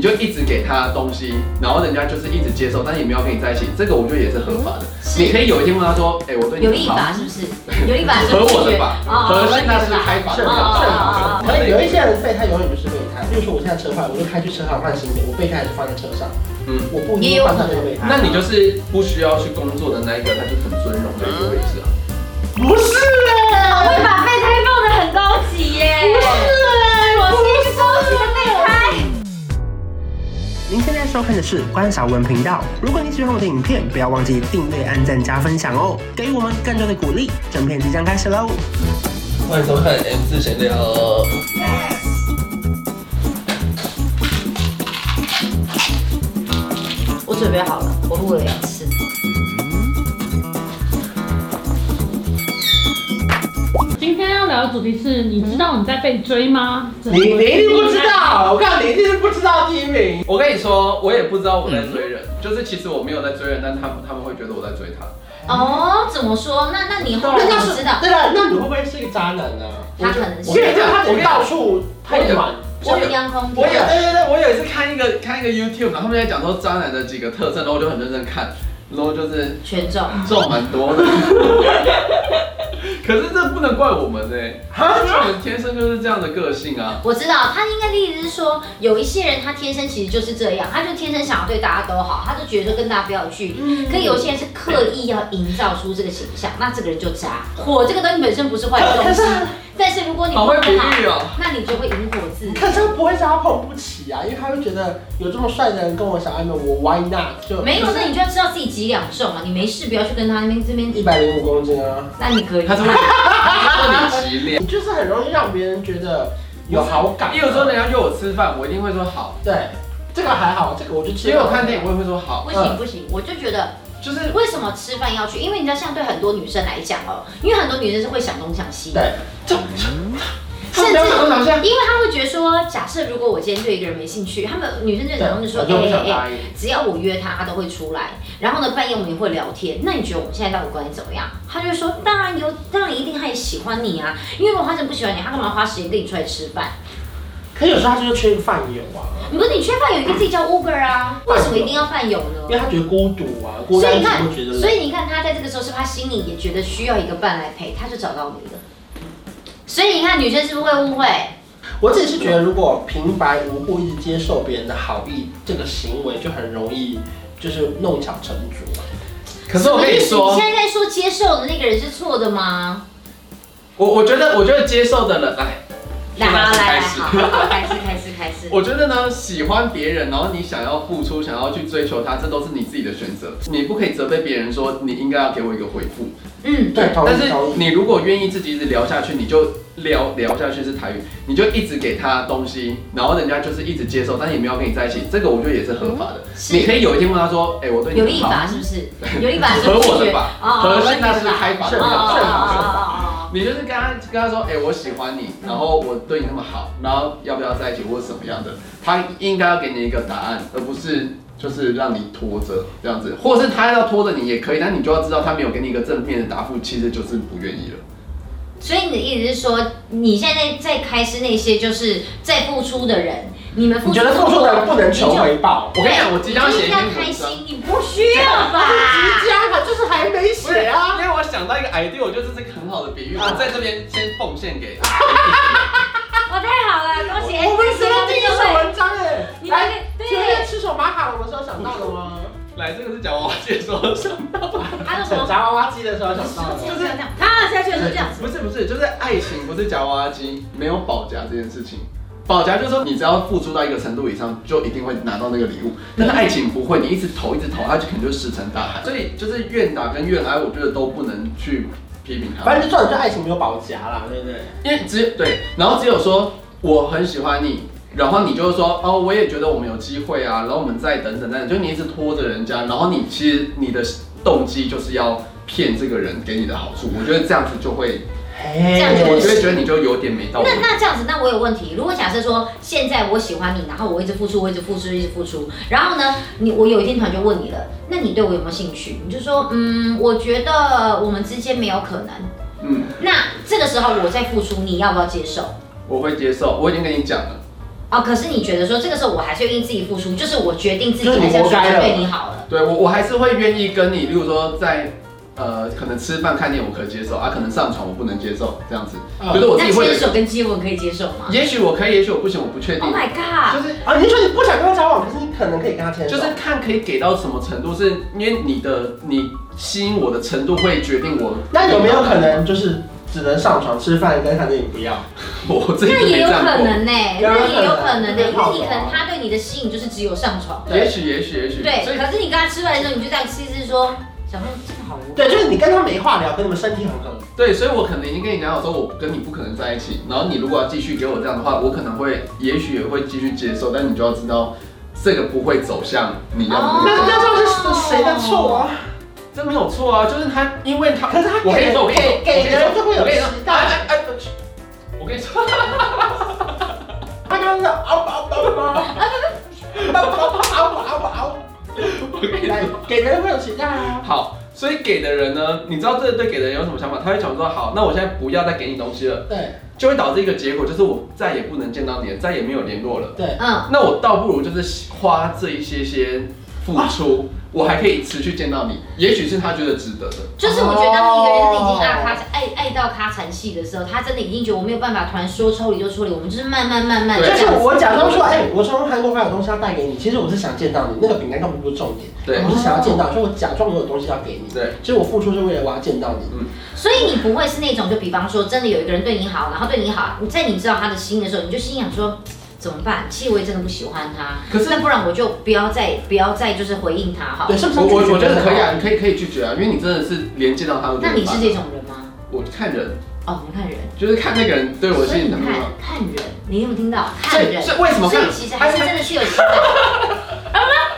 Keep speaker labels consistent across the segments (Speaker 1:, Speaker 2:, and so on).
Speaker 1: 你就一直给他东西，然后人家就是一直接受，但是也没有跟你在一起，这个我觉得也嗯是合法的。你可以有一天问他说：“哎、我对你
Speaker 2: 有
Speaker 1: 很
Speaker 2: 立
Speaker 1: 好。
Speaker 2: 法是不是？有立 法是
Speaker 1: 合我
Speaker 2: 拒
Speaker 1: 的
Speaker 2: 绝
Speaker 1: 法，
Speaker 2: 哦
Speaker 1: 合现在是开法的，正
Speaker 3: 是
Speaker 1: 法
Speaker 2: 哦哦哦哦
Speaker 3: 可能有一些人背他永远不是备胎，比如说我现在车坏，我就开去车行换新的，我备胎还是放在车上，
Speaker 1: 嗯
Speaker 3: 嗯，我不一定换上这个备胎。
Speaker 1: 那你就是不需要去工作的那一个，他就很尊荣的一个位置啊。
Speaker 3: 不是
Speaker 2: 我会
Speaker 3: 哎、
Speaker 2: 把备胎放得很高级耶。不是，我是一个高级的备胎。
Speaker 3: 您现在收看的是关少文频道。如果你喜欢我的影片，不要忘记订阅、按赞、加分享哦，给予我们更多的鼓励。整片即将开始喽！
Speaker 4: 欢迎收看 M 字闲聊。
Speaker 2: 我准备好了，我录了两次。
Speaker 5: 今天要聊的主题是，你知道你在被追吗？
Speaker 3: 你你一定不知道，我告诉你，一定是不知道第一名。
Speaker 1: 我跟你说，我也不知道我在追人，
Speaker 3: 嗯
Speaker 1: 就是其实我没有在追人，但他们他们会觉得我在追他。
Speaker 2: 哦，怎么说？那那你后来
Speaker 3: 那
Speaker 2: 怎
Speaker 3: 要
Speaker 2: 么
Speaker 3: 是
Speaker 2: 知道？
Speaker 3: 对了，那你会不会是一个渣男呢、
Speaker 2: 他可能
Speaker 3: 我跟
Speaker 2: 是
Speaker 3: 你讲，他只到处太软，
Speaker 2: 中央空调
Speaker 1: 我有。对对对，我有一次看一个看一个 YouTube，然后他们在讲说渣男的几个特征，然后我就很认真看，然后就是
Speaker 2: 权重，
Speaker 1: 中蛮多的。可是这不能怪我们呢、因为我们天生就是这样的个性啊。
Speaker 2: 我知道他应该的意思是说，有一些人他天生其实就是这样，他就天生想要对大家都好，他就觉得跟大家不要有距离。
Speaker 1: 嗯
Speaker 2: 可有些人是刻意要营造出这个形象，那这个人就渣。火这个东西本身不是坏的东西，但是如果你
Speaker 1: 好
Speaker 2: 不
Speaker 1: 会比
Speaker 2: 看好，
Speaker 1: 喻哦，
Speaker 2: 那你就会引火自
Speaker 3: 可是他不会是他碰不起啊，因为他会觉得有这么帅的人跟我小暧昧，我 why not 就
Speaker 2: 没有，那你就要知道自己几两重啊！你没事不要去跟他那边这边，
Speaker 3: 一百零五公斤啊，
Speaker 2: 那你可以。
Speaker 1: 他是会他是会 极烈。
Speaker 3: 你就是很容易让别人觉得有好感。
Speaker 1: 例如说人家约我吃饭，我一定会说好，
Speaker 3: 对，这个还好，这个我就吃。
Speaker 1: 因为我看电影我也会说好
Speaker 2: 不，行不行，我就觉得
Speaker 1: 呃就是
Speaker 2: 为什么吃饭要去？因为你知道，像对很多女生来讲哦，因为很多女生是会想东想西，
Speaker 3: 对，
Speaker 1: 他们两个都想象
Speaker 2: 因为她会觉得说，假设如果我今天对一个人没兴趣，她们女生就很容易说，
Speaker 1: 啊
Speaker 3: 我
Speaker 2: 哎
Speaker 3: 就不想
Speaker 2: 哎哎，
Speaker 3: 答应。
Speaker 2: 只要我约她，她都会出来。然后呢，半夜我们也会聊天。那你觉得我们现在到底关系怎么样？她就会说，当然有，当然一定她也喜欢你啊。因为如果她真的不喜欢你，她干嘛花时间跟你出来吃饭？
Speaker 3: 可有时候他就是缺饭友啊，
Speaker 2: 如果你缺饭友，你可以自己叫 Uber 啊，为什么一定要饭友
Speaker 3: 因为
Speaker 2: 呢？
Speaker 3: 他觉得孤独啊，孤
Speaker 2: 所以
Speaker 3: 单
Speaker 2: 你看
Speaker 3: 寂寞觉，得
Speaker 2: 所
Speaker 3: 冷。
Speaker 2: 以你看他在这个时候是不是他心里也觉得需要一个伴来陪，他就找到你了。所以你看女生是不是会误会？
Speaker 3: 我自己是觉得，如果平白无故一直接受别人的好意，这个行为就很容易就是弄巧成拙。
Speaker 1: 可是我跟你
Speaker 2: 什么
Speaker 1: 说
Speaker 2: 意思，你现在在说接受的那个人是错的吗？
Speaker 1: 我我觉得我觉得接受的人，哎，
Speaker 2: 来来来，
Speaker 1: 开始
Speaker 2: 好，好开始开始开始。
Speaker 1: 我觉得呢，喜欢别人，然后你想要付出，想要去追求他，这都是你自己的选择，你不可以责备别人说你应该要给我一个回复。
Speaker 2: 嗯，
Speaker 3: 对，同
Speaker 1: 但
Speaker 3: 意
Speaker 1: 是
Speaker 3: 同意。
Speaker 1: 你如果愿意自己一直聊下去，你就聊聊下去是台语，你就一直给他东西，然后人家就是一直接受，但也没有跟你在一起，这个我觉得也是合法的。你可
Speaker 2: 是。
Speaker 1: 以有一天问他说，哎，我对你
Speaker 2: 嗯有
Speaker 1: 很
Speaker 2: 立
Speaker 1: 好，
Speaker 2: 法是不是？有立法是
Speaker 1: 合
Speaker 2: 不是
Speaker 1: 我的
Speaker 2: 哦
Speaker 1: 法，
Speaker 2: 哦
Speaker 1: 合
Speaker 2: 合
Speaker 1: 现
Speaker 2: 你
Speaker 1: 在
Speaker 2: 的
Speaker 1: 是开法
Speaker 3: 是
Speaker 1: 的
Speaker 2: 哦哦
Speaker 1: 法，
Speaker 2: 哦
Speaker 1: 是法
Speaker 2: 哦
Speaker 1: 是法。
Speaker 2: 哦哦
Speaker 1: 你就是跟他跟他说，哎、我喜欢你，然后我对你那么好，然后要不要在一起或者什么样的，他应该要给你一个答案，而不是就是让你拖着这样子，或者是他要拖着你也可以，但你就要知道他没有给你一个正面的答复，其实就是不愿意了。
Speaker 2: 所以你的意思是说，你现在在开始那些就是在付出的人，你们付
Speaker 3: 你
Speaker 2: 出
Speaker 3: 觉得付出的人不能求
Speaker 2: 你就
Speaker 3: 回报？
Speaker 1: 我跟你讲，我即将写一
Speaker 2: 你
Speaker 1: 篇
Speaker 2: 应
Speaker 1: 文
Speaker 2: 该开
Speaker 1: 章。
Speaker 2: 心，你不需要吧？
Speaker 3: 加了，就是还没
Speaker 1: 不是，
Speaker 2: 啊
Speaker 1: 因为我想到一个 idea，我觉得这是个很好的比喻，我在这边先奉献 给。
Speaker 2: 我太好了，恭喜！
Speaker 3: 我们写了第一首文章哎，
Speaker 2: 哎你们
Speaker 3: 来，
Speaker 2: 对
Speaker 3: 请问吃手马卡龙的时候想到的吗？
Speaker 1: 来，这个是讲娃娃姐 说什么？
Speaker 2: 他啊说什
Speaker 3: 整
Speaker 2: 么？
Speaker 3: 炸娃娃机的时候想到
Speaker 2: 这样
Speaker 3: 的。
Speaker 2: 这样这样，他下去的时候这样。
Speaker 1: 不是不是，就是爱情不是夹娃娃机，没有保夹这件事情。保夹就是说，你只要付出到一个程度以上，就一定会拿到那个礼物。但
Speaker 2: 嗯
Speaker 1: 是爱情不会，你一直投一直投，它就可能就石沉大海。所以就是愿打跟愿挨，我觉得都不能去批评
Speaker 3: 反
Speaker 1: 他，
Speaker 3: 正就重点就爱情没有保夹啦，对不对？
Speaker 1: 因为只对，然后只有说我很喜欢你，然后你就是说哦，我也觉得我们有机会啊，然后我们再等等等等，就你一直拖着人家，然后你其实你的动机就是要骗这个人给你的好处，我觉得这样子就会，
Speaker 3: 哎
Speaker 2: 这样
Speaker 1: 我就会
Speaker 2: 是
Speaker 1: 觉得你就有点没到位
Speaker 2: 那。那这样子，那我有问题。如果假设说现在我喜欢你，然后我一直付出，我一直付出，一直付出，然后呢，你我有一天突然就问你了，那你对我有没有兴趣？你就说，嗯，我觉得我们之间没有可能。
Speaker 1: 嗯。
Speaker 2: 那这个时候我在付出，你要不要接受？
Speaker 1: 我会接受，我已经跟你讲了，
Speaker 2: 哦，可是你觉得说这个时候我还是愿意自己付出，就是我决定自己
Speaker 1: 就是你
Speaker 2: 还是要
Speaker 1: 活该了
Speaker 2: 对你好了。
Speaker 1: 对我我还是会愿意跟你，例如说在呃可能吃饭看电影我可以接受啊，可能上床我不能接受这样子，
Speaker 3: 哦
Speaker 1: 就是我自
Speaker 2: 那
Speaker 1: 己会有
Speaker 2: 牵
Speaker 1: 一个，
Speaker 2: 手跟接吻可以接受吗
Speaker 1: 也许我可以，也许我不行，我不确定
Speaker 2: ？Oh，my god！
Speaker 1: 就是
Speaker 3: 啊，你是说你不想跟他交往，可是你可能可以跟他牵手？
Speaker 1: 就是看可以给到什么程度，是因为你的你吸引我的程度会决定我。
Speaker 3: 那有没有可能就是只能上床吃饭跟看电影不要？
Speaker 1: 我自己
Speaker 2: 那
Speaker 1: 是
Speaker 2: 也
Speaker 1: 没
Speaker 2: 有
Speaker 1: 站
Speaker 2: 可
Speaker 1: 过？
Speaker 2: 能呢、
Speaker 3: 有
Speaker 2: 那也有
Speaker 3: 可能
Speaker 2: 可能呢、
Speaker 3: 对
Speaker 2: 因为你
Speaker 3: 泡
Speaker 2: 可
Speaker 3: 澡啊
Speaker 2: 能他对你的吸引就是只有上床，
Speaker 1: 也许也许也许，
Speaker 2: 对。
Speaker 1: 所以
Speaker 2: 可是你跟他吃饭的时候，你就这样细思说，嗯想说真的好无聊。
Speaker 3: 对，就是你跟他没话聊，跟你们身体很合。
Speaker 1: 对，所以我可能已经跟你讲好说，我跟你不可能在一起。然后你如果要继续给我这样的话，我可能会，也许也会继续接受，但你就要知道，这个不会走向你要的
Speaker 2: 哦
Speaker 1: 路。
Speaker 3: 那那这样是谁的错啊？
Speaker 1: 这没有错啊，就是他，因为他，
Speaker 3: 可是他
Speaker 1: 我跟你
Speaker 3: 给
Speaker 1: 说，我跟你说
Speaker 3: 给，给人就会有
Speaker 1: 我跟你
Speaker 3: 期
Speaker 1: 说，
Speaker 3: 待。
Speaker 1: 我跟你说，
Speaker 3: 他刚刚在嗷嗷嗷嗷嗷嗷嗷嗷嗷，
Speaker 1: 我跟你说。
Speaker 3: 给人会有期待啊。
Speaker 1: 好，所以给的人呢，你知道这对给的人有什么想法？他会想说，好，那我现在不要再给你东西了，
Speaker 3: 对
Speaker 1: 就会导致一个结果，就是我再也不能见到你了，再也没有联络了。
Speaker 3: 对，
Speaker 2: 嗯，
Speaker 1: 那我倒不如就是花这一些些付出，我还可以持续见到你，也许是他觉得值得的。
Speaker 2: 就是我觉得当一个人已经
Speaker 1: 哦
Speaker 2: 爱他爱爱到他残气的时候，他真的已经觉得我没有办法，突然说抽离就抽离，我们就是慢慢慢慢
Speaker 1: 对
Speaker 2: 这
Speaker 3: 就
Speaker 2: 样
Speaker 3: 是
Speaker 2: 子。
Speaker 3: 我假装说，哎，我从韩国回来有东西要带给你，其实我是想见到你，那个饼干根本不是重点，
Speaker 1: 对
Speaker 3: 我是想要见到，所以我假装我有东西要给你。
Speaker 1: 对，
Speaker 3: 其实我付出是为了我要见到你。
Speaker 2: 所以你不会是那种，就比方说，真的有一个人对你好，然后对你好，你在你知道他的心的时候，你就心想说，怎么办？其实我也真的不喜欢他，
Speaker 1: 可是
Speaker 2: 那不然我就不要再不要再就是回应他哈
Speaker 3: 对，。是不是？
Speaker 1: 我我我觉得可以啊，你可以可以拒绝啊，因为你真的是连见到他都觉得
Speaker 2: 那你是
Speaker 1: 烦
Speaker 2: 这种人吗？
Speaker 1: 我看人，
Speaker 2: 哦，你看人，
Speaker 1: 就是看那个人对我
Speaker 2: 所以
Speaker 1: 是
Speaker 2: 你
Speaker 1: 怎
Speaker 2: 看
Speaker 1: 么样。
Speaker 2: 看人，你有没有听到？
Speaker 1: 所
Speaker 2: 看
Speaker 1: 以
Speaker 2: 人，
Speaker 1: 所以为什么
Speaker 2: 所
Speaker 1: 看
Speaker 2: 以？其实还是真的是有期待。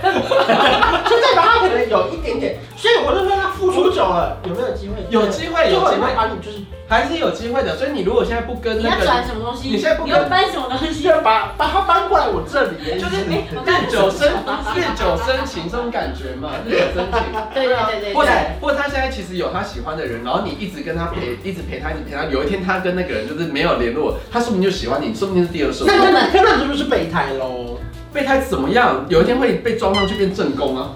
Speaker 3: 就代表他可能有一点点，所以我就说他付出久了，有没有机会？
Speaker 1: 有机会，
Speaker 3: 最
Speaker 1: 有
Speaker 3: 后
Speaker 1: 机
Speaker 3: 有没有
Speaker 1: 会，
Speaker 3: 把你就是
Speaker 1: 还是有机会的。所以你如果现在不跟
Speaker 6: 你
Speaker 1: 那
Speaker 6: 要
Speaker 1: 个人
Speaker 6: 转什么东西？
Speaker 1: 你现在不
Speaker 6: 你
Speaker 1: 跟
Speaker 6: 要搬什么东西？
Speaker 3: 要把把他搬过来我这里，
Speaker 1: 就是你
Speaker 6: 我刚才
Speaker 1: 日久生日久生情这种感觉嘛，日久生情。
Speaker 6: 对对对
Speaker 1: 或
Speaker 6: 对
Speaker 1: 者
Speaker 6: 对。
Speaker 1: 或者他现在其实有他喜欢的人，然后你一直跟他陪，一直陪他，一直陪他。有一天他跟那个人就是没有联络，他说不定就喜欢你，说不定是第二首
Speaker 3: 那。 那那那你是不是备胎喽？
Speaker 1: 备胎怎么样？有一天会被装上去变正宫啊。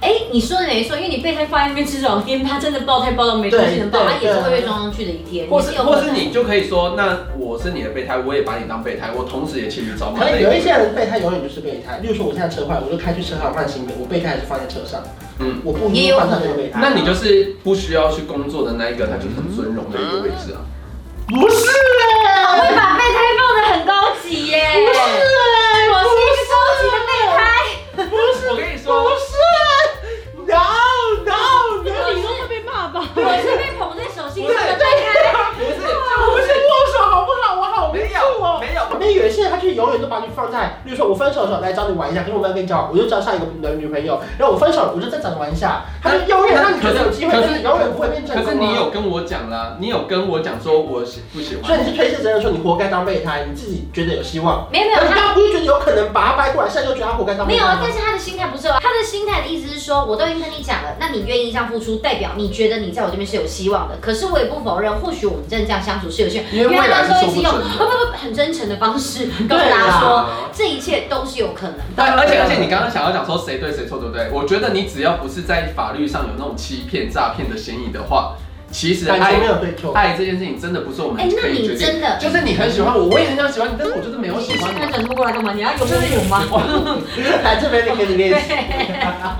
Speaker 2: 哎，你说的没错，因为你备胎放在那边吃两天，他真的爆胎爆到没东西能爆，
Speaker 3: 对
Speaker 2: 他
Speaker 3: 对
Speaker 2: 也是会被装上去的一天，
Speaker 1: 或
Speaker 2: 也
Speaker 1: 是
Speaker 2: 有
Speaker 1: 或
Speaker 2: 可
Speaker 1: 是
Speaker 2: 能。
Speaker 1: 你就可以说，那我是你的备胎，我也把你当备胎，我同时也骑驴找马。
Speaker 3: 可能有一些人备胎永远就是备胎，例如说我现在车坏，我就开去车行换新的，我备胎还是放在车上，
Speaker 1: 嗯
Speaker 3: 嗯，我不一定换上那个备胎。
Speaker 1: 那你就是不需要去工作的那一个，他就是很尊荣的一个位置啊。
Speaker 3: 不是
Speaker 2: 我
Speaker 3: 哎，
Speaker 2: 会把备胎放的很高级 耶，
Speaker 3: 不是哎，
Speaker 2: 我是
Speaker 3: 不
Speaker 2: 一个高级的备胎。
Speaker 1: 不是，我跟你说，
Speaker 3: 是不是，no no no，
Speaker 5: 你会被骂吧？
Speaker 2: 我是被捧在手心上的备胎，
Speaker 1: 不是，
Speaker 3: 不是握手好不好？我好
Speaker 1: 没
Speaker 3: 没
Speaker 1: 有
Speaker 3: 有哦。
Speaker 1: 没有。
Speaker 3: 旁边有一些人，他就是永远都把你放在，例如说我分手的时候来找你玩一下，可是我没有跟你交往，我就交上一个男女朋友，然后我分手了，我就再找你玩一下，他就永远让你觉得有机会，
Speaker 1: 可是
Speaker 3: 但是永远不会变正
Speaker 1: 可
Speaker 3: 宫、啊。
Speaker 1: 是你有，跟我讲啦，你有跟我讲说我喜不喜
Speaker 3: 所以
Speaker 1: 欢
Speaker 3: 你是推卸责任，说你活该当备胎，你自己觉得有希望，
Speaker 2: 没有没有
Speaker 3: 但是
Speaker 2: 他。
Speaker 3: 刚不是觉得有可能把他掰过来，现在又觉得他活该当
Speaker 2: 没
Speaker 3: 备
Speaker 2: 有
Speaker 3: 胎
Speaker 2: 啊
Speaker 3: 吗，？
Speaker 2: 但是他的心态不是哦，他的心态的意思是说，我都已经跟你讲了，那你愿意这样付出，代表你觉得你在我这边是有希望的。可是我也不否认，或许我们真的这样相处是有希望，
Speaker 1: 因为未来
Speaker 2: 他
Speaker 1: 是
Speaker 2: 都
Speaker 1: 说不
Speaker 2: 一直
Speaker 1: 准
Speaker 2: 用
Speaker 1: 的。啊
Speaker 2: 不不不很真诚的方式跟大家说，这一切都是有可能的。
Speaker 1: 但而且而且，你刚刚想要讲说谁对谁错，对不对？我觉得你只要不是在法律上有那种欺骗、诈骗的嫌疑的话，其实
Speaker 3: 感情没
Speaker 1: 爱
Speaker 3: 有 对错。哎
Speaker 1: 爱这件事情真的不是我们
Speaker 2: 哎，那
Speaker 1: 可以决定。
Speaker 2: 你真的
Speaker 1: 就是你很喜欢我，我也很想喜欢你，但是我就是没有
Speaker 2: 你
Speaker 1: 喜欢
Speaker 2: 现
Speaker 1: 你
Speaker 2: 在。转不过来干嘛？你要拥我吗？
Speaker 3: 来这边给你练习，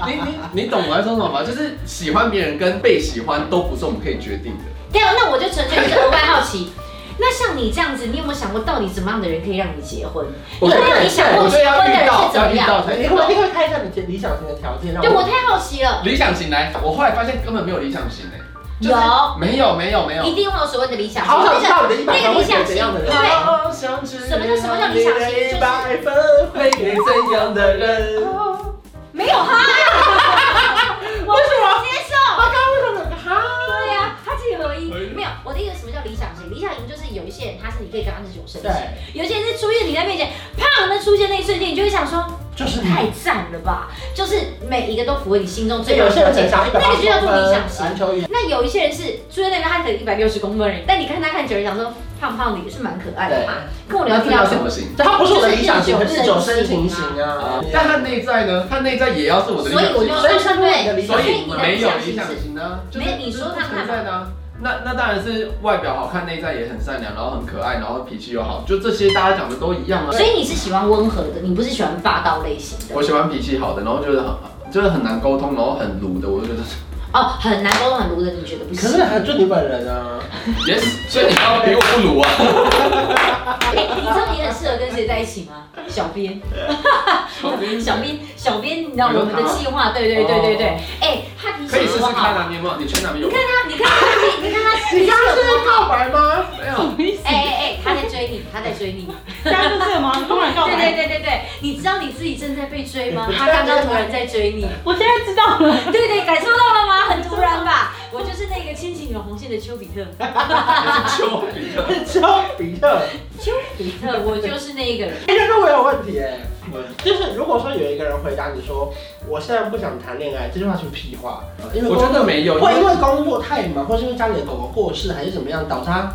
Speaker 1: 你你你懂我在说什么吗？就是喜欢别人跟被喜欢都不是我们可以决定的。
Speaker 2: 对啊，那我就纯粹是额外好奇。那像你这样子，你有没有想过，到底怎么样的人可以让你结婚？
Speaker 1: 我
Speaker 2: 有
Speaker 1: 觉
Speaker 2: 没有
Speaker 1: 得
Speaker 2: 你想过
Speaker 1: 我觉得
Speaker 2: 结
Speaker 1: 要
Speaker 2: 婚的
Speaker 1: 遇
Speaker 2: 人
Speaker 1: 到
Speaker 2: 是怎
Speaker 1: 要
Speaker 2: 么
Speaker 1: 遇
Speaker 2: 样？
Speaker 1: 到才
Speaker 3: 你会你会看一下你理想型的条件，让
Speaker 2: 对我太好奇了，
Speaker 1: 理想型来，我后来发现根本没有理想型哎、就是
Speaker 2: 有
Speaker 1: 没有没有没有
Speaker 2: 一，定会有所谓的理想型，
Speaker 3: 好想知
Speaker 2: 那
Speaker 3: 道你的一
Speaker 2: 个
Speaker 3: 百
Speaker 2: 那个
Speaker 3: 分
Speaker 2: 理
Speaker 3: 会给
Speaker 2: 想型，
Speaker 3: 怎样的人。
Speaker 2: 对，
Speaker 1: 好想知道
Speaker 2: 什么叫什么叫理想型
Speaker 3: 你的一
Speaker 2: 就是
Speaker 3: 百分会给怎样的人？
Speaker 2: 没有哈，我不接受。
Speaker 3: 他刚刚为什么有个哈？
Speaker 2: 对呀，他自己合一，没有。我的意思，什么叫理想型？理想型就是有一些人，他是你可以跟他日久生情，
Speaker 3: 对，
Speaker 2: 有些人是出现在你在面前，砰的出现那一瞬间，你就会想说，
Speaker 3: 就
Speaker 1: 就是你
Speaker 2: 太赞了吧！就是每一个都符合你心中最
Speaker 3: 哎有些人
Speaker 2: 的
Speaker 3: 很想一百
Speaker 2: 那
Speaker 3: 八
Speaker 2: 个
Speaker 3: 十
Speaker 2: 就叫
Speaker 3: 公
Speaker 2: 做理想
Speaker 3: 分，
Speaker 2: 型
Speaker 3: 篮。球员。
Speaker 2: 那有一些人是追那个他可能一百六十公分而已，但你看他看久了，想说胖胖的也是蛮可爱的嘛。跟我聊
Speaker 1: 那
Speaker 2: 天
Speaker 1: 这叫
Speaker 2: 聊
Speaker 1: 什
Speaker 2: 什
Speaker 1: 么
Speaker 2: 么？
Speaker 1: 型？
Speaker 3: 但他不是我的理想型，可
Speaker 2: 就是是
Speaker 3: 日
Speaker 2: 日
Speaker 3: 久
Speaker 2: 久
Speaker 3: 生
Speaker 2: 生
Speaker 3: 情
Speaker 2: 情
Speaker 3: 型
Speaker 2: 型
Speaker 3: 啊
Speaker 2: 啊。
Speaker 1: 但他内在呢？他内在也要是我的理
Speaker 2: 所以
Speaker 1: 想
Speaker 2: 我
Speaker 1: 型，
Speaker 2: 就
Speaker 3: 所以他
Speaker 2: 说
Speaker 3: 不是你的
Speaker 2: 对
Speaker 3: 理
Speaker 2: 不对，
Speaker 3: 想
Speaker 1: 所
Speaker 3: 型
Speaker 1: 以
Speaker 2: 你的
Speaker 1: 没
Speaker 2: 理
Speaker 1: 有
Speaker 2: 想
Speaker 1: 理
Speaker 2: 型
Speaker 1: 想
Speaker 2: 是
Speaker 1: 型呢，就是
Speaker 2: 没你说
Speaker 1: 这是
Speaker 2: 看
Speaker 1: 不
Speaker 2: 看
Speaker 1: 存在的啊。那那当然是外表好看，内在也很善良，然后很可爱，然后脾气又好，就这些大家讲的都一样啊。
Speaker 2: 所以你是喜欢温和的，你不是喜欢霸道类型的
Speaker 1: 我喜欢脾气好的，然后就是很就是很难沟通，然后很鲁的，我就觉得
Speaker 2: 哦，很难沟通很鲁的，你觉得不
Speaker 3: 可
Speaker 2: 行？
Speaker 3: 是还就你本人啊，
Speaker 1: yes，所以你要比我不鲁啊。
Speaker 2: 哎你知道你很适合跟谁在一起吗？小编，小编，小编，你知道我们的计划，对对对对对，哎，他脾
Speaker 1: 哦可以
Speaker 2: 气
Speaker 1: 试试
Speaker 2: 多
Speaker 1: 看
Speaker 2: 好，
Speaker 1: 啊，你有没有？你前男友
Speaker 2: 你？看他，你看他，你看 他，你看他脾气多好，
Speaker 3: 白吗？
Speaker 1: 没有，
Speaker 2: 哎哎哎，他在追你，他在追 你，
Speaker 5: 大家都是 吗？突然告
Speaker 2: 对对
Speaker 5: 白，
Speaker 2: 对对对，你知道你自己正在被追 吗？他刚刚突然在追你，
Speaker 5: 我现在知道了。
Speaker 2: 对对，感受到了吗？很突然吧，我就是那个牵起你们红线的丘比特，
Speaker 1: 你是丘比特。
Speaker 3: 丘比特。
Speaker 2: 丘比特，我就是那个人。
Speaker 3: 哎，但是我有问题哎，就是如果说有一个人回答你说我现在不想谈恋爱，这句话是屁话，因为
Speaker 1: 我觉得没有，因
Speaker 3: 会因
Speaker 1: 为
Speaker 3: 为工作太忙，或是因为家里的狗狗过世还是怎么样，导致他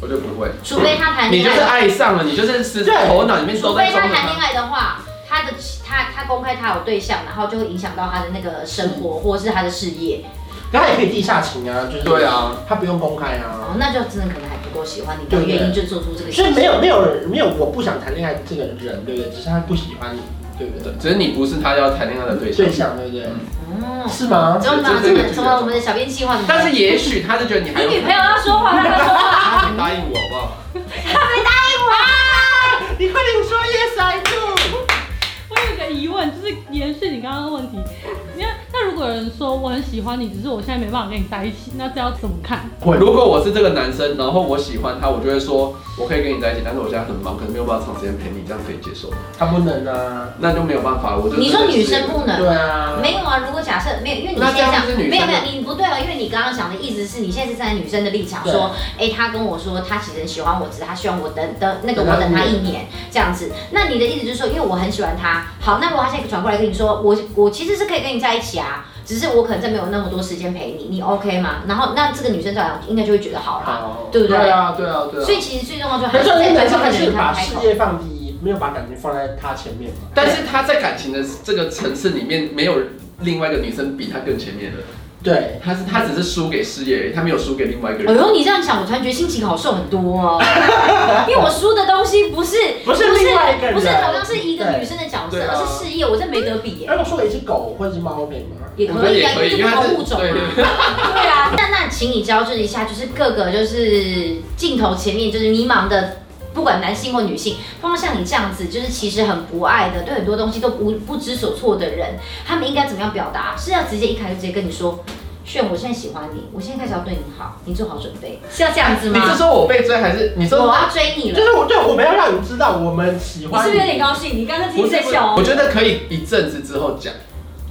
Speaker 1: 我就不会。
Speaker 2: 除非他谈
Speaker 1: 你就
Speaker 2: 恋
Speaker 1: 是
Speaker 2: 爱，
Speaker 1: 爱上了，你就是是
Speaker 3: 对
Speaker 1: 头脑里面
Speaker 2: 除
Speaker 1: 都
Speaker 2: 非
Speaker 1: 在
Speaker 2: 他
Speaker 1: 装着
Speaker 2: 谈
Speaker 1: 他
Speaker 2: 恋。爱的话，他的他他公开他有对象，然后就会影响到他的那个生活或者是他的事业，
Speaker 3: 然后也可以地下情啊，就是
Speaker 1: 对，啊，
Speaker 3: 他不用公开啊，
Speaker 2: 哦，那就真的可能还不够喜欢你，跟
Speaker 3: 对
Speaker 2: 愿
Speaker 3: 不
Speaker 2: 意就做出这个
Speaker 3: 所
Speaker 2: 行为。
Speaker 3: 以没有没有人没有我不想谈恋爱这个人，对不对？只是他不喜欢你，对不对？
Speaker 1: 只是你不是他要谈恋爱的对象
Speaker 3: 对。象对不对？
Speaker 2: 哦，
Speaker 3: 是吗？
Speaker 2: 怎么怎么怎么怎么我们的小编计划？
Speaker 1: 但是也许他是觉得你还
Speaker 2: 你
Speaker 1: 有
Speaker 2: 女朋友啊要说话，让她 说话。
Speaker 1: 你答应我好不好？
Speaker 3: 你快点说 yes I do。
Speaker 5: 我有一个疑问，就是延续你刚刚的问题，因为那如果有人说我很喜欢你，只是我现在没办法跟你在一起，那这要怎么看？
Speaker 1: 会。如果我是这个男生，然后我喜欢他，我就会说我可以跟你在一起，但是我现在很忙，可能没有办法长时间陪你，这样可以接受吗？
Speaker 3: 他不能啊。
Speaker 1: 那就没有办法了。我就
Speaker 2: 你说女生不能。
Speaker 3: 对啊。
Speaker 2: 没有啊，如果假设没有，因为你
Speaker 1: 那这
Speaker 2: 现
Speaker 1: 样
Speaker 2: 在讲
Speaker 1: 是女
Speaker 2: 没有
Speaker 1: 生
Speaker 2: 没
Speaker 1: 的
Speaker 2: 有，你不对哦，因为你刚刚讲的意思是你现在是站在女生的立场
Speaker 3: 对
Speaker 2: 说，哎，他跟我说他其实很喜欢我，只是他希望我等等那个
Speaker 3: 等他
Speaker 2: 我等他一
Speaker 3: 一
Speaker 2: 年这样子。那你的意思就是说，因为我很喜欢他，好，那如果他现在转过来跟你说，我我其实是可以跟你在一起啊，只是我可能真没有那么多时间陪你，你 OK 吗？然后那这个女生照样应该就会觉得好啦，
Speaker 3: 好。
Speaker 2: 对不对？
Speaker 1: 对啊，对啊，对啊
Speaker 2: 所。以其实最重要就还
Speaker 3: 可
Speaker 2: 是
Speaker 3: 是
Speaker 2: 在
Speaker 3: 男
Speaker 2: 对
Speaker 3: 生
Speaker 2: 方
Speaker 3: 还
Speaker 2: 的
Speaker 3: 是
Speaker 2: 人
Speaker 3: 把
Speaker 2: 看开
Speaker 3: 事
Speaker 2: 口。
Speaker 3: 业放第一，没有把感情放在他前面嘛。
Speaker 1: 但是他在感情的这个层次里面，没有另外一个女生比他更前面的。
Speaker 3: 对，
Speaker 1: 他是他只是输给事业而已，他没有输给另外一个
Speaker 2: 哎
Speaker 1: 人。
Speaker 2: 呦，你这样讲，我突然觉得心情好受很多哦，因为我输的东西不是
Speaker 3: 不是另外一个人
Speaker 2: 不是同样是一个女生的角色
Speaker 1: 对，对啊
Speaker 2: 而是事业，我真没得比耶，
Speaker 3: 如果说一只狗或者是猫可以吗？
Speaker 2: 也
Speaker 1: 我
Speaker 2: 可以啊，因为这
Speaker 1: 因
Speaker 2: 不
Speaker 1: 为他
Speaker 2: 同
Speaker 1: 是
Speaker 2: 物种
Speaker 1: 对
Speaker 2: 嘛。
Speaker 1: 对对
Speaker 2: 对啊，那那请你交织一下，就是各个就是镜头前面就是迷茫的。不管男性或女性，碰到像你这样子，就是其实很不爱的，对很多东西都不不知所措的人，他们应该怎么样表达？是要直接一开始直接跟你说，炫，我现在喜欢你，我现在开始要对你好，你做好准备，是要这样子
Speaker 1: 你是
Speaker 2: 吗？
Speaker 1: 说我被追还是你
Speaker 2: 我啊
Speaker 1: 说？
Speaker 2: 要追你
Speaker 3: 就
Speaker 2: 了，
Speaker 3: 是我对我们要让你知道我们喜
Speaker 2: 你是
Speaker 3: 欢
Speaker 2: 不是有点
Speaker 3: 你。
Speaker 2: 高兴？你刚刚自己在笑
Speaker 1: 我
Speaker 2: 哦。
Speaker 1: 觉得可以一阵子之后讲，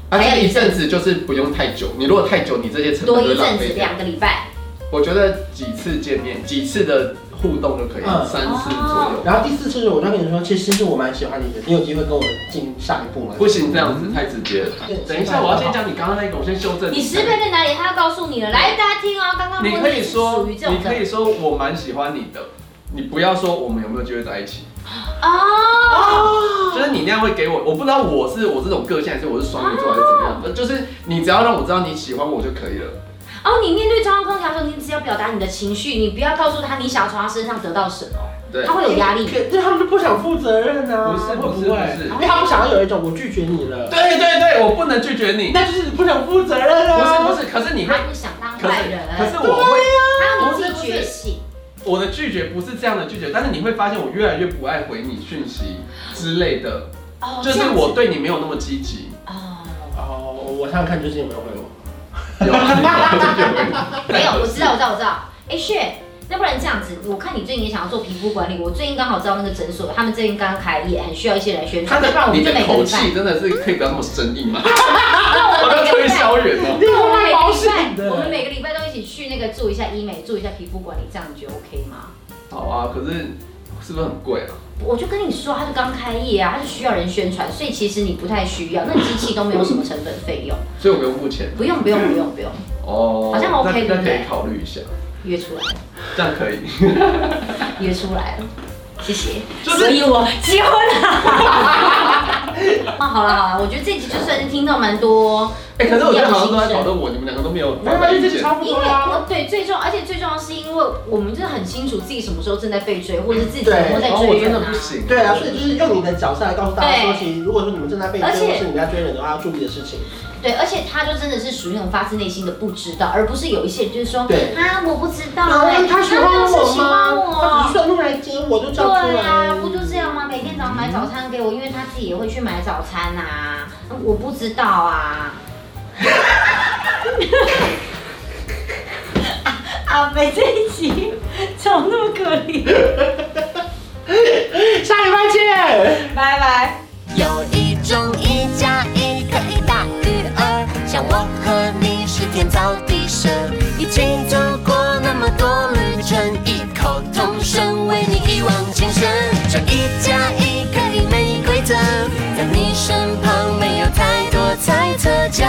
Speaker 1: 而且一阵子就是不用太久。你如果太久，你这些成本
Speaker 2: 多
Speaker 1: 就
Speaker 2: 一
Speaker 1: 浪
Speaker 2: 阵
Speaker 1: 费
Speaker 2: 子，
Speaker 1: 掉。
Speaker 2: 两个礼拜。
Speaker 1: 我觉得几次见面，几次的互动就可以
Speaker 3: 嗯，
Speaker 2: 哦
Speaker 1: 三次左右。
Speaker 3: 然后第四次我就跟你说，其实是我蛮喜欢你的，你有机会跟我进下一步吗？
Speaker 1: 不行，这样子太直接了
Speaker 3: 对。
Speaker 1: 等一下，我要先讲你刚刚那个，我先修正。
Speaker 2: 嗯你失败在哪里？他要告诉你了。来，大家听哦，刚刚
Speaker 1: 你可以说，
Speaker 2: 属于
Speaker 1: 你
Speaker 2: 这种
Speaker 1: 可
Speaker 2: 的
Speaker 1: 以说我蛮喜欢你的，你不要说我们有没有机会在一起，
Speaker 2: 哦。
Speaker 1: 就是你那样会给我，我不知道我是我这种个性还是我是双鱼座还是怎么样，就是你只要让我知道你喜欢我就可以了。
Speaker 2: 哦，你面对中央空调的时候，你只要表达你的情绪，你不要告诉他你想要从他身上得到什么，
Speaker 1: 对
Speaker 2: 他，会有压力。
Speaker 3: 可是他们就不想负责任
Speaker 2: 哦
Speaker 3: 啊，
Speaker 1: 不是
Speaker 3: 会
Speaker 1: 不是
Speaker 3: 会
Speaker 1: 不是
Speaker 3: 因为他不想要有一种我拒绝你了，
Speaker 1: 对对对，我不能拒绝你。
Speaker 3: 那就是你不想负责任
Speaker 1: 不
Speaker 3: 啊。
Speaker 1: 是不是，可是你会
Speaker 2: 他，不想当
Speaker 1: 可是
Speaker 2: 坏人，
Speaker 1: 可是我会，
Speaker 2: 他要你自
Speaker 1: 不是
Speaker 2: 己
Speaker 1: 不是
Speaker 2: 觉醒。
Speaker 1: 我的拒绝不是这样的拒绝，但是你会发现我越来越不爱回你讯息之类的，
Speaker 2: 哦，
Speaker 1: 就
Speaker 2: 这
Speaker 1: 是
Speaker 2: 样子
Speaker 1: 我对你没有那么积极。
Speaker 2: 哦。
Speaker 3: 哦，我想想看，最近有没有回我？
Speaker 1: 有啊
Speaker 2: 没有，我知道，我知道，我知道。哎，炫，那不然这样子，我看你最近也想要做皮肤管理，我最近刚好知道那个诊所，他们最近刚开业，很需要一些人宣
Speaker 1: 他
Speaker 2: 传。
Speaker 1: 的
Speaker 2: 那我
Speaker 1: 你
Speaker 2: 们就
Speaker 1: 的
Speaker 2: 每个
Speaker 1: 口
Speaker 2: 礼拜
Speaker 1: 气，真的是可以不要那么生硬吗？
Speaker 2: 那 我
Speaker 1: 我
Speaker 2: 们
Speaker 1: 在
Speaker 2: 每个
Speaker 1: 推
Speaker 2: 礼拜，
Speaker 1: 销员哦。
Speaker 2: 那我们每
Speaker 3: 毛
Speaker 2: 个
Speaker 3: 是
Speaker 2: 礼
Speaker 3: 你
Speaker 2: 拜，我们
Speaker 3: 的，
Speaker 2: 每个礼拜都一起去那个做一下医美，做一下皮肤管理，这样你觉得 OK 吗？
Speaker 1: 好啊，可是是不是很贵啊？
Speaker 2: 我就跟你说，它就刚开业啊，它就需要人宣传，所以其实你不太需要，那机器都没有什么成本费用，
Speaker 1: 所以我不用付钱
Speaker 2: 不用不用不用不用
Speaker 1: 哦。
Speaker 2: 好像 OK，
Speaker 1: 那那
Speaker 2: 对不
Speaker 1: 可
Speaker 2: 对
Speaker 1: 以考虑一下，
Speaker 2: 约出来，
Speaker 1: 这样 可以。
Speaker 2: 约出来了。谢谢，
Speaker 1: 就是
Speaker 2: 所以我结婚了。啊，好了好了，我觉得这集就算是听到蛮多
Speaker 1: 哎、可是我觉得好像都在讨论我，你们两个都没有
Speaker 6: 没
Speaker 1: 反
Speaker 6: 关系，
Speaker 1: 对意
Speaker 6: 这是
Speaker 1: 见。
Speaker 6: 差不
Speaker 2: 因
Speaker 6: 多
Speaker 2: 为
Speaker 6: 啦。
Speaker 2: 我对最重要，而且最重要是因为我们真的很清楚自己什么时候正在被追，或者是自己有没有在
Speaker 1: 然后我
Speaker 2: 追
Speaker 1: 真
Speaker 2: 人
Speaker 1: 的
Speaker 2: 啊
Speaker 1: 不。行。
Speaker 6: 对啊，所以就是用你的角色来告诉大家说，
Speaker 2: 对
Speaker 6: 其实如果说你们正在被追，
Speaker 2: 而且
Speaker 6: 或是你们在追人的话，要注意的事情。
Speaker 2: 对，而且他就真的是属于那种发自内心的不知道，而不是有一些人就是说
Speaker 6: 对
Speaker 2: 啊我不知道哎、
Speaker 6: 啊，他喜欢
Speaker 2: 啊是
Speaker 6: 我
Speaker 2: 喜欢
Speaker 6: 吗？他只是
Speaker 2: 我。
Speaker 6: 顺路来接我，就叫出
Speaker 2: 对啊
Speaker 6: 来，。
Speaker 2: 不就这样吗？每天早上买早餐给我，因为他自己也会去买早餐啊。嗯我不知道啊。阿
Speaker 5: 哎
Speaker 2: 北这一集怎么那么可怜？啊
Speaker 6: 下礼拜见。
Speaker 2: 拜拜。
Speaker 7: 有一种一加一可以大于二，像我和你是天造地设，一起走过那么多旅程，异口同声为你一往情深。这一加一可以没规则，在你身旁没有太多猜测，交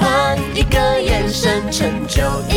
Speaker 7: 换一个眼神，成就一